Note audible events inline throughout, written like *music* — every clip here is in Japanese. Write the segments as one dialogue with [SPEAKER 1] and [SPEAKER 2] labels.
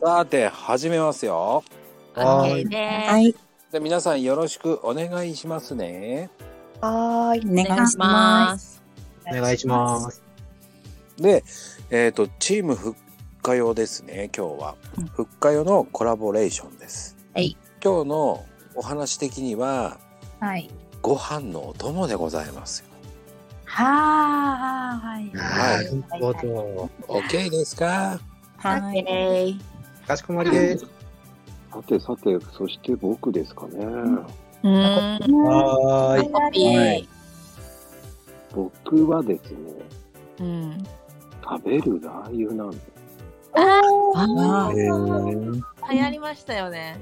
[SPEAKER 1] さて始めますよ
[SPEAKER 2] は
[SPEAKER 3] OK です。。
[SPEAKER 2] はいい。
[SPEAKER 1] で皆さんよろしくお願いしますね
[SPEAKER 2] はーい。お
[SPEAKER 3] お願
[SPEAKER 2] 願い
[SPEAKER 3] い
[SPEAKER 2] し
[SPEAKER 3] し
[SPEAKER 2] ま。
[SPEAKER 3] ますす。
[SPEAKER 4] お願いします。
[SPEAKER 1] でえっ、とチームふっかよですね今日は
[SPEAKER 3] うん
[SPEAKER 1] ふっかよのコラボレーションです
[SPEAKER 3] はい
[SPEAKER 1] 今日のお話的には
[SPEAKER 3] はい。
[SPEAKER 1] ご飯のお供でございますよ
[SPEAKER 3] はーい。
[SPEAKER 1] は
[SPEAKER 4] はいい。なるほど。
[SPEAKER 1] OK ですか
[SPEAKER 2] はい。
[SPEAKER 3] い。
[SPEAKER 4] かしこまりです。
[SPEAKER 5] さてさて、そして僕ですかね。
[SPEAKER 3] うーん。
[SPEAKER 4] はーい。
[SPEAKER 3] コピー。
[SPEAKER 5] 僕はですね、
[SPEAKER 3] うん。
[SPEAKER 5] 食べるラー油なんで
[SPEAKER 3] あ
[SPEAKER 2] あ
[SPEAKER 4] えー、
[SPEAKER 3] あ、流行りましたよね。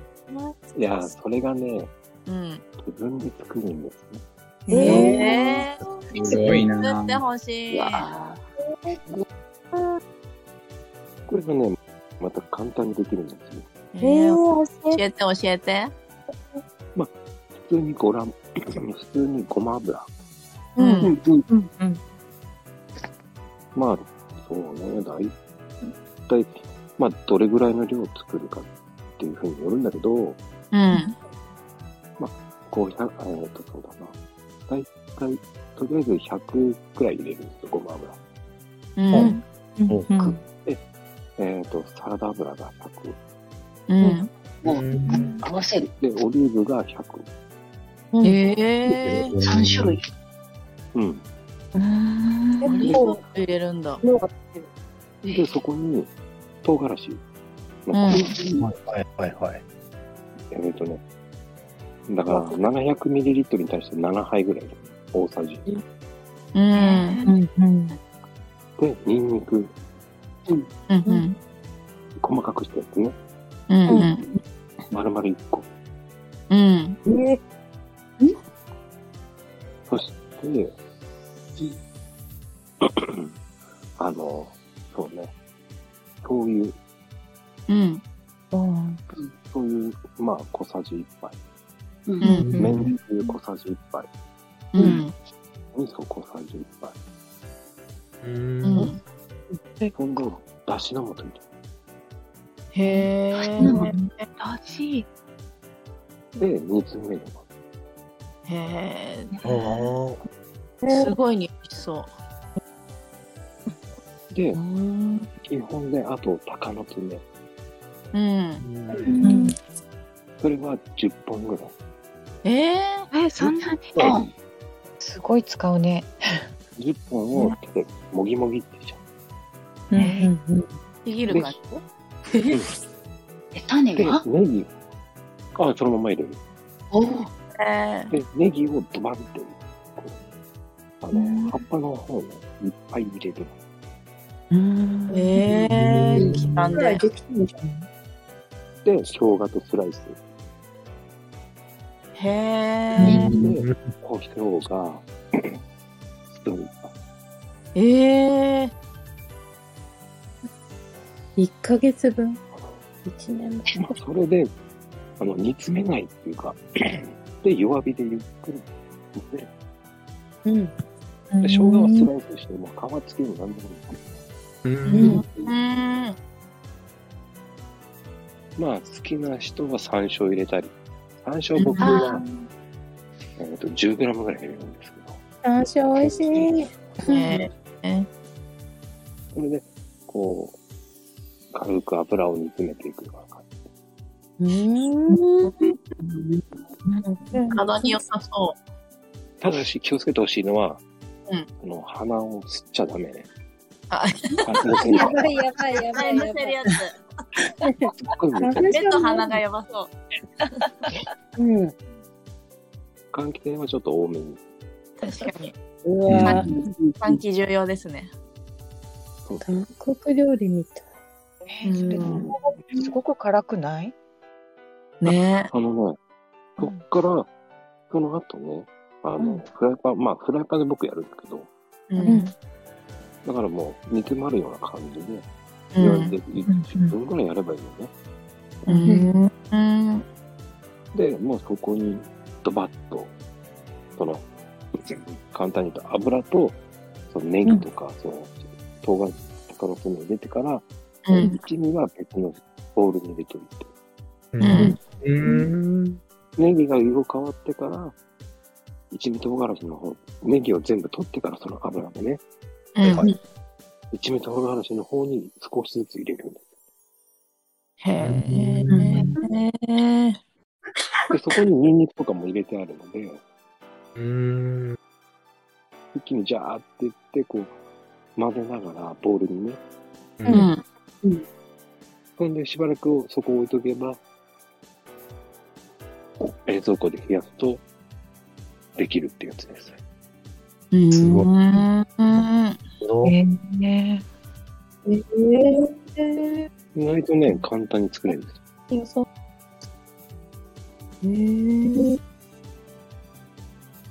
[SPEAKER 5] す。いや、それがね、
[SPEAKER 3] うん。
[SPEAKER 5] 自分で作るんですね。
[SPEAKER 2] ーえ
[SPEAKER 3] えー。
[SPEAKER 6] すごい
[SPEAKER 3] 作って
[SPEAKER 6] な。
[SPEAKER 3] ほし
[SPEAKER 5] い
[SPEAKER 3] い。
[SPEAKER 5] やーこれがね、また簡単にできるんですよ。
[SPEAKER 3] え
[SPEAKER 2] ー、え
[SPEAKER 3] ー
[SPEAKER 2] ー、
[SPEAKER 3] 教えて教えて。
[SPEAKER 5] 普通にごらん、普通にごま油。
[SPEAKER 3] う。
[SPEAKER 2] うん
[SPEAKER 5] んうん
[SPEAKER 2] うんうん。
[SPEAKER 5] まあ、そうね、だいたい、まあ、どれぐらいの量を作るかっていうふうによるんだけど、
[SPEAKER 3] うん。
[SPEAKER 5] こう、ひゃえーっと、そうだな。だいたい、とりあえず100くらい入れるんですよ、ごま油。
[SPEAKER 3] うん。
[SPEAKER 2] うん。
[SPEAKER 5] えーっと、サラダ油が100。
[SPEAKER 3] うん。
[SPEAKER 4] うん
[SPEAKER 7] 合わせる
[SPEAKER 5] で、オリーブが100。
[SPEAKER 3] えー。
[SPEAKER 7] 3種類。。
[SPEAKER 5] うん。
[SPEAKER 3] オリー
[SPEAKER 2] 結
[SPEAKER 3] ブ
[SPEAKER 2] 構
[SPEAKER 3] オイル入れるんだ。
[SPEAKER 2] 量が
[SPEAKER 5] で、そこに、唐辛子の粉。
[SPEAKER 3] うん
[SPEAKER 4] はいはいはいはい。
[SPEAKER 5] えーっとね。だから、700ml に対して7杯ぐらい。大さじ。
[SPEAKER 3] うん。
[SPEAKER 2] うんうん。
[SPEAKER 5] で、ニンニク、
[SPEAKER 3] うん。うん。
[SPEAKER 5] 細かくしたやつね。
[SPEAKER 3] うん。
[SPEAKER 5] 丸々1個。
[SPEAKER 3] うん。
[SPEAKER 2] え
[SPEAKER 5] そして、 *clears throat* あの、そうね、醤油、
[SPEAKER 3] うん。
[SPEAKER 2] うん。
[SPEAKER 5] 醤油、まあ、小さじ1杯、
[SPEAKER 7] う。
[SPEAKER 3] うんん。
[SPEAKER 5] めんつゆ小さじ1杯、
[SPEAKER 3] うん。
[SPEAKER 5] 味噌小さじ1杯、
[SPEAKER 4] う。
[SPEAKER 3] うんん。
[SPEAKER 5] そんで、だしの素みたい
[SPEAKER 3] へ
[SPEAKER 7] う
[SPEAKER 3] ー。
[SPEAKER 7] ラジ
[SPEAKER 5] な。で、煮詰めれば。
[SPEAKER 3] へ
[SPEAKER 4] あー
[SPEAKER 3] ー。すごい匂いしそ
[SPEAKER 5] で
[SPEAKER 3] う。う、ん。
[SPEAKER 5] 基本で、あと、鷹の爪。
[SPEAKER 3] うん。
[SPEAKER 2] うん。
[SPEAKER 5] それは10本ぐらい。
[SPEAKER 3] え
[SPEAKER 7] え、そんなに
[SPEAKER 8] すごい使うね。
[SPEAKER 5] 10本を手でもぎもぎってちゃ
[SPEAKER 2] うん。
[SPEAKER 3] ー。ちぎる感じ
[SPEAKER 7] え、種は
[SPEAKER 5] う。で、ネギを、あ、そのまま入れる。
[SPEAKER 7] おー
[SPEAKER 3] え
[SPEAKER 5] で、ネギをドバンって、こう、あの、葉っぱの方をねいっぱい入れる。
[SPEAKER 3] ー。えー。
[SPEAKER 4] うん
[SPEAKER 3] 刻んで。
[SPEAKER 2] きるんじゃない
[SPEAKER 5] で、生姜とスライス。
[SPEAKER 3] へえ。
[SPEAKER 5] で、胡椒が、スー
[SPEAKER 3] えー。
[SPEAKER 2] 一ヶ月分。一年分。
[SPEAKER 5] パーそれで、あの、煮詰めないっていうか、で、弱火でゆっくり煮て、で、
[SPEAKER 2] うん。
[SPEAKER 5] 生姜はスライスして、もう皮付けるなんでもい
[SPEAKER 4] うん。
[SPEAKER 3] う
[SPEAKER 5] い。
[SPEAKER 3] ん。
[SPEAKER 5] まあ、好きな人は山椒入れたり、山椒僕は、えっ、と、10g ぐらい入れるんですけど、
[SPEAKER 2] 山椒美味しい。
[SPEAKER 3] え
[SPEAKER 5] それで、こう、軽く油を煮詰めていくような感じ。
[SPEAKER 2] うん。
[SPEAKER 3] ー。体に良さそ
[SPEAKER 5] ただし気をつけてほしいのは、
[SPEAKER 3] うん
[SPEAKER 5] あの鼻を吸っちゃダメね。
[SPEAKER 3] あ
[SPEAKER 5] あのす
[SPEAKER 2] やばいやばいや
[SPEAKER 3] う。
[SPEAKER 2] ば
[SPEAKER 3] え
[SPEAKER 2] い
[SPEAKER 3] む
[SPEAKER 2] やば
[SPEAKER 3] せる
[SPEAKER 2] い。
[SPEAKER 3] やつ。
[SPEAKER 5] ごい難しい
[SPEAKER 3] 目と鼻がやばそう。
[SPEAKER 2] うん。
[SPEAKER 5] 換気扇はちょっと多めに。
[SPEAKER 3] 確かに。
[SPEAKER 2] うわ
[SPEAKER 3] 換気重要ですね。
[SPEAKER 2] 韓国料理みたい。
[SPEAKER 8] えーそれすごく辛くない？
[SPEAKER 3] ね
[SPEAKER 5] あのね、そっから、その後ね、あの、
[SPEAKER 8] うん
[SPEAKER 5] フライパン、まあフライパンで僕やるんだけど、
[SPEAKER 3] え。う
[SPEAKER 2] うん
[SPEAKER 3] ん。
[SPEAKER 5] だからもう煮詰まるような感じで、
[SPEAKER 3] う
[SPEAKER 5] 弱火
[SPEAKER 3] ん
[SPEAKER 5] で10分ぐらいやればいいよね。
[SPEAKER 3] うん。うん。
[SPEAKER 5] で、もうそこにドバッと、その、簡単に言うと油と、そのネギとか、その、唐辛子とかのを入れてから、
[SPEAKER 3] うん。
[SPEAKER 5] 一味は別のボウルに入れておいて。
[SPEAKER 4] うん。うん。
[SPEAKER 5] ネギが色変わってから、一味唐辛子の方、ネギを全部取ってからその油でね、
[SPEAKER 3] うん。へ
[SPEAKER 5] 一味唐辛子の方に少しずつ入れるんです。
[SPEAKER 3] え。
[SPEAKER 5] で、そこにニンニクとかも入れてあるので、
[SPEAKER 4] うん。
[SPEAKER 5] 一気にジャーって言って、こう、混ぜながらボウルにね、
[SPEAKER 4] う。
[SPEAKER 3] うんん。
[SPEAKER 5] ほんでしばらくそこ置いとけば、冷蔵庫で冷やすと、できるってやつです。
[SPEAKER 3] うん。
[SPEAKER 4] すごい
[SPEAKER 3] うん。
[SPEAKER 4] の
[SPEAKER 8] えね
[SPEAKER 2] え
[SPEAKER 5] 意外とね、簡単に作れるんです。
[SPEAKER 2] ー、よそう。えー、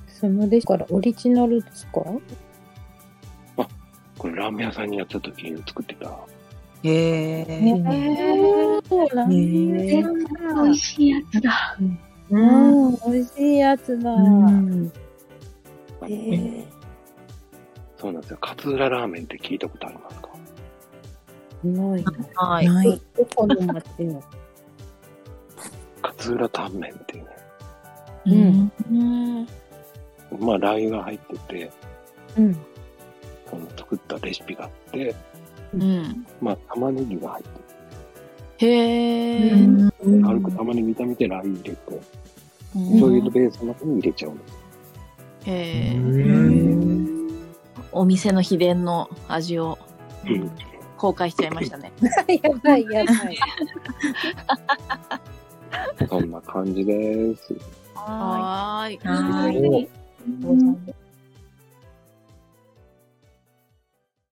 [SPEAKER 2] そのレシピからオリジナルですか
[SPEAKER 5] これラーメン屋さんにやった時に作ってた。
[SPEAKER 8] え
[SPEAKER 2] えー、そうなん
[SPEAKER 8] ね
[SPEAKER 7] 美味しいやつだ。
[SPEAKER 2] うん、美味しいやつだ。
[SPEAKER 5] あの
[SPEAKER 2] えー、
[SPEAKER 5] そうなんですよ。勝浦ラーメンって聞いたことありますか
[SPEAKER 2] ないな。
[SPEAKER 3] はい。
[SPEAKER 2] ない。どこの町の。
[SPEAKER 5] 勝浦タンメンっていうね。
[SPEAKER 2] うん。
[SPEAKER 3] うん。
[SPEAKER 5] まあ、ラー油が入ってて、
[SPEAKER 2] うん。
[SPEAKER 5] その作ったレシピがあって、
[SPEAKER 3] うん。
[SPEAKER 5] まあ、玉ねぎが入ってて、
[SPEAKER 3] へえ。
[SPEAKER 5] 軽く玉ねぎ炒めてラー油入れて、
[SPEAKER 3] うん
[SPEAKER 5] そういうベースの中に入れちゃうんです。
[SPEAKER 3] へえ。
[SPEAKER 4] うん。
[SPEAKER 3] お店の秘伝の味を
[SPEAKER 5] うん
[SPEAKER 3] 公開しちゃいましたね。
[SPEAKER 2] やばいやばい。
[SPEAKER 5] そんな感じです。
[SPEAKER 3] はーい。
[SPEAKER 8] は
[SPEAKER 4] お
[SPEAKER 8] い。